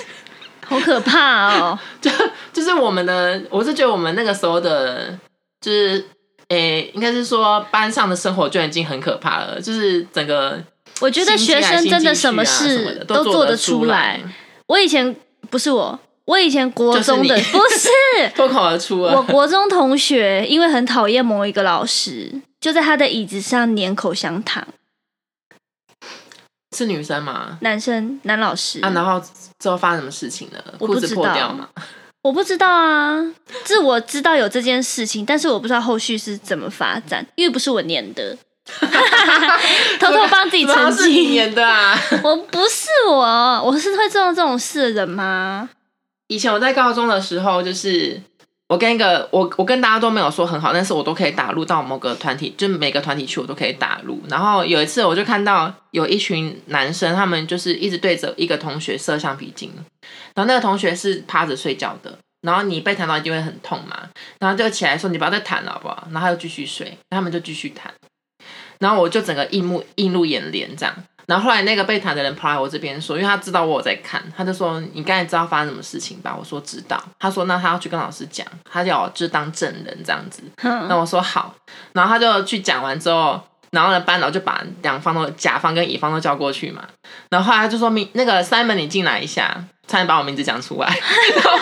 好可怕哦！
就是我们的，我是觉得我们那个时候的，就是诶、应该是说班上的生活就已经很可怕了，就是整个
我觉得
心机啊
学生真
心机
什么
区啊什么
事
的
都
都
做
得
得出
来
来。，我以前不是我，我以前国中的
就是你
不是
脱口而出
我
啊。
国中同学，因为很讨厌某一个老师，就在他的椅子上粘口香糖。
是女生嘛？
男生男老师
啊，然后之后发生什么事情了？
我
裤
不
子
知
破
道
掉嘛？
我不知道啊，自我知道有这件事情，但是我不知道后续是怎么发展，因为不是我粘的， 偷偷帮自己
怎么
澄
是你
清。
演的啊？
我不是我，我是会做这种事的人吗？
以前我在高中的时候，就是我跟一个我我跟大家都没有说很好，但是我都可以打入到某个团体，就每个团体去我都可以打入。然后有一次我就看到有一群男生，他们就是一直对着一个同学射橡皮筋，然后那个同学是趴着睡觉的。然后你被弹到一定会很痛嘛，然后就起来说你不要再弹了好不好？然后他就继续睡，他们就继续弹，然后我就整个映目映入眼帘这样。然后后来那个被弹的人跑来我这边说，因为他知道我有在看，他就说：“你刚才知道发生什么事情吧？”我说：“知道。”他说：“那他要去跟老师讲，他要我就是当证人这样子。”
哼
那我说好，然后他就去讲完之后，然后呢班导就把两方都甲方跟乙方都叫过去嘛，然后后来他就说明那个 Simon 你进来一下，差点把我名字讲出 来，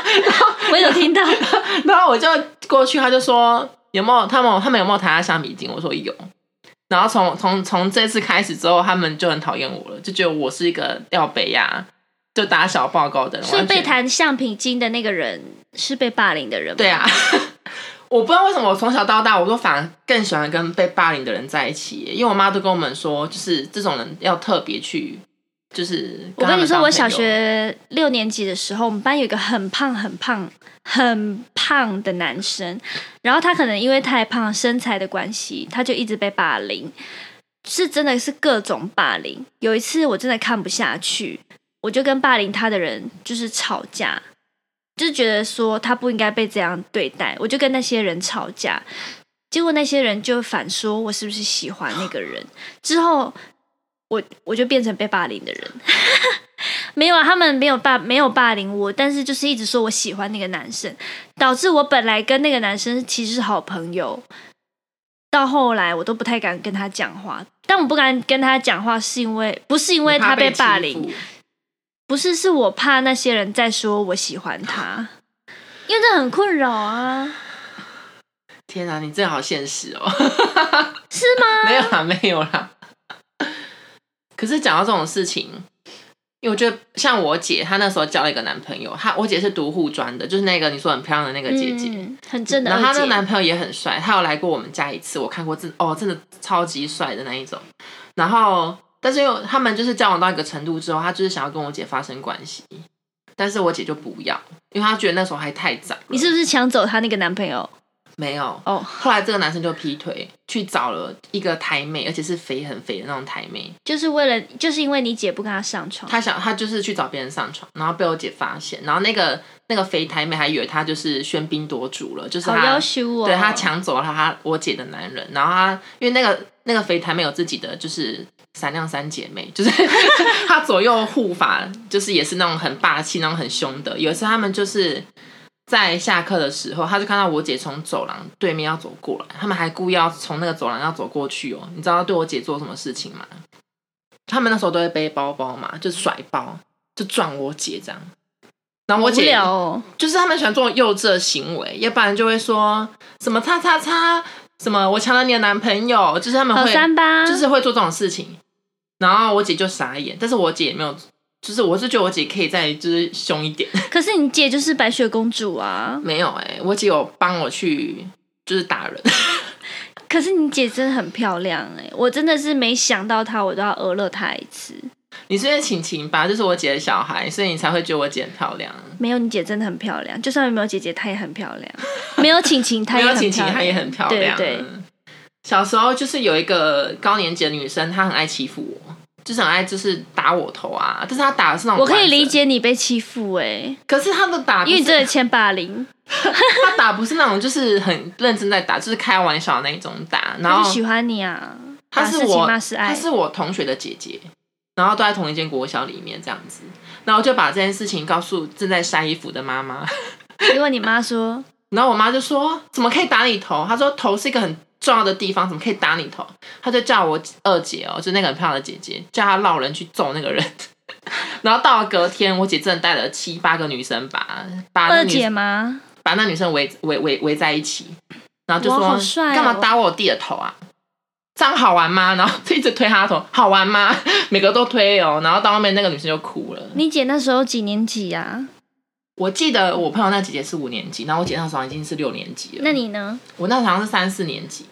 我有听到，
然后我就过去，他就说有没有他们他们有没有弹他橡皮筋？我说有。然后从从从这次开始之后，他们就很讨厌我了，就觉得我是一个廖北亚，就打小报告的人。
所以
完全
被弹橡皮筋的那个人是被霸凌的人吗？
对啊， 我不知道为什么我从小到大，我都反而更喜欢跟被霸凌的人在一起耶，因为我妈都跟我们说，就是这种人要特别去，就是
我跟
他
你
们
说，
当
我
朋
小
友
学六年级的时候，我们班有一个很胖、很胖、很胖的男生，然后他可能因为太胖、身材的关系，他就一直被霸凌，是真的是各种霸凌。有一次我真的看不下去，我就跟霸凌他的人就是吵架，就是觉得说他不应该被这样对待，我就跟那些人吵架。结果那些人就反说我是不是喜欢那个人，之后我我就变成被霸凌的人。 没有啊，他们没有霸没有霸凌我，但是就是一直说我喜欢那个男生，导致我本来跟那个男生其实是好朋友，到后来我都不太敢跟他讲话。但我不敢跟他讲话，是因为不是因为
你怕
他
被
被霸
欺
凌，
负
不是，是我怕那些人在说我喜欢他，因为这很困扰啊。
天啊，你这好现实哦！
是吗？
没有啦，没有啦。可是讲到这种事情，因为我觉得像我姐，她那时候交了一个男朋友，她我姐是读护专的，就是那个你说很漂亮的那个姐姐。
嗯、很正的
然
二
后她那
姐
个男朋友也很帅，他有来过我们家一次，我看过真哦，真的超级帅的那一种。然后，但是因为他们就是交往到一个程度之后，他就是想要跟我姐发生关系，但是我姐就不要，因为她觉得那时候还太早了。
你是不是抢走她那个男朋友？
没有？
哦，
后来这个男生就劈腿，去找了一个台妹，而且是肥很肥的那种台妹。
就是为了，就是因为你姐不跟他上床，
他想，他就是去找别人上床，然后被我姐发现，然后那个那个肥台妹还以为他就是喧宾夺主了，就是
好
他
要求哦我。
对他抢走了他我姐的男人，然后他因为那个那个肥台妹有自己的就是闪亮三姐妹，就是 她左右护法，就是也是那种很霸气、那种很凶的。有一次他们就是在下课的时候，他就看到我姐从走廊对面要走过来，他们还故意要从那个走廊要走过去哦。你知道对我姐做什么事情吗？他们那时候都会背包包嘛，就甩包，就撞我姐这样。然后我
无
姐
聊哦，
就是他们喜欢这种幼稚的行为，要不然就会说什么“叉叉叉”，什么“我抢了你的男朋友”，就是他们
好
会
三八，
就是会做这种事情。然后我姐就傻眼，但是我姐也没有，就是我是觉得我姐可以再就是凶一点，
可是你姐就是白雪公主啊，
没有哎、我姐有帮我去就是打人，
可是你姐真的很漂亮哎、我真的是没想到她，我都要讹了她一次。
你是因为晴晴吧，就是我姐的小孩，所以你才会觉得我姐很漂亮。
没有，你姐真的很漂亮，就算没有姐姐，她也很漂 亮。没有晴晴，她
没
也
有
很
晴晴，
漂亮。
她也很漂亮。
对对
小时候就是有一个高年级的女生，她很爱欺负我，就是很爱就是打我头啊，但是她打的是那种
我可以
完整
理，解你被欺负哎、
可是她的打不
因
是，
为你真的欠霸凌，
她打不是那种就是很认真在打，就是开玩笑的那一种打，然
她就
后
喜欢你啊。
她
打
是
是情
我
骂是爱
她是我同学的姐姐，然后都在同一间国小里面这样子，然后就把这件事情告诉正在晒衣服的妈妈。
结果你妈说，
然后我妈就说：“怎么可以打你头？”她说：“头是一个很重要的地方，怎么可以打你头？”她就叫我二姐哦，就那个很漂亮的姐姐，叫她绕人去揍那个人。 然后到了隔天，我姐真的带了七八个女生把把啊那
二
女
姐吗？
把那女生围围围围在一起，然后就
哇
说
好：“帅哦
干嘛打我弟的头啊？这样好玩吗？”然后就一直推她的头，好玩吗？ 每个都推哦，然后到后面那个女生就哭了。
你姐那时候几年级啊呀、
我记得我朋友那姐姐是五年级，然后我姐那时候已经是六年级了。
那你呢？
我那时候好像是三四年级，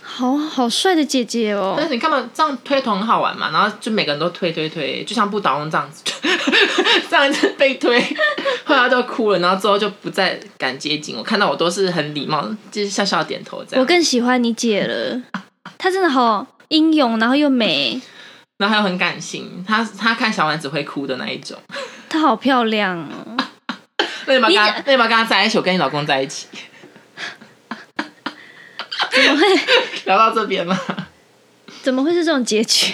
好好帅的姐姐哦
但，是你干嘛这样推头很好玩嘛？然后就每个人都推推推，就像不倒翁这样子， 这样子被推， 后来就哭了，然后之后就不再敢接近我。看到我都是很礼貌，就是笑笑点头这
我
样。
更喜欢你姐了，她真的好英勇，然后又美，
然后还有很感性，他他看小丸子会哭的那一种。
她好漂亮哦。
那你要不要
你
跟他，那你要不要跟他在一起？我跟你老公在一起。 聊到这边吗？
怎么会是这种结局？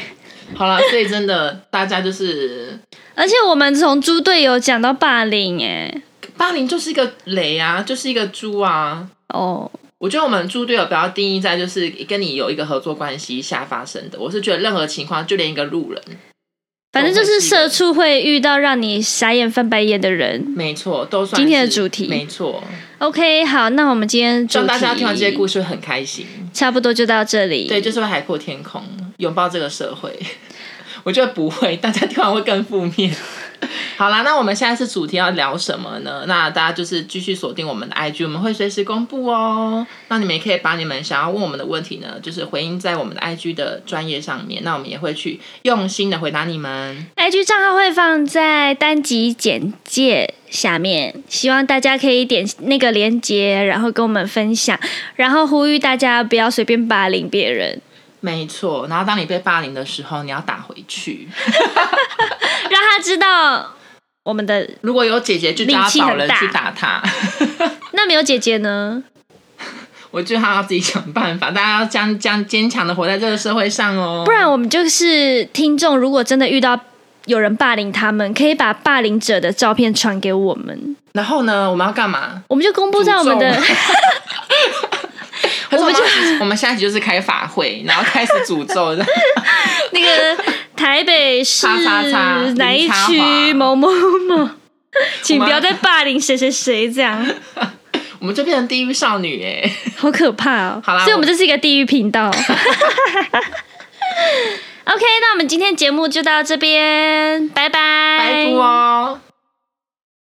好了，所以真的大家就是
而且我们从猪队友讲到霸凌、哎，
霸凌就是一个雷啊，就是一个猪啊。
哦，
我觉得我们猪队友不要定义在就是跟你有一个合作关系下发生的。我是觉得任何情况，就连一个路人，
反正就是社
社
畜会遇到让你傻眼翻白眼的人。
没错，都算是
今天的主题
没错。
OK，好，那我们今天
希
主
望
题
大家听完这些故事会很开心，
差不多就到这里。
对，就是会海阔天空，拥抱这个社会。 我觉得不会，大家听完会更负面。 好啦，那我们下一次主题要聊什么呢？那大家就是继续锁定我们的 IG，我们会随时公布哦。那你们也可以把你们想要问我们的问题呢，就是回应在我们的 IG 的专业上面，那我们也会去用心的回答你们。
IG 账号会放在单集简介下面，希望大家可以点那个链接，然后跟我们分享，然后呼吁大家不要随便霸凌别人，
没错，然后当你被霸凌的时候，你要打回去。
让他知道我们的
如果有姐姐就叫
力气
找
很
人
大
去打她。
那没有姐姐呢，
我觉得他要自己想办法，大家要这样这样坚强的活在这个社会上哦。
不然我们就是听众，如果真的遇到有人霸凌他们，可以把霸凌者的照片传给我们，
然后呢，我们要干嘛？
我们就公布在我们的
诅咒。我们就我们下一集就是开法会，然后开始诅咒的。
那个台北市
叉叉叉
哪一
林插华
区某某某，请不要再霸凌谁谁谁这样。
我们就变成地狱少女哎、
好可怕哦！
好啦
所以我们
我
这是一个地狱频 道。OK，那我们今天节目就到这边，拜拜，
白布哦。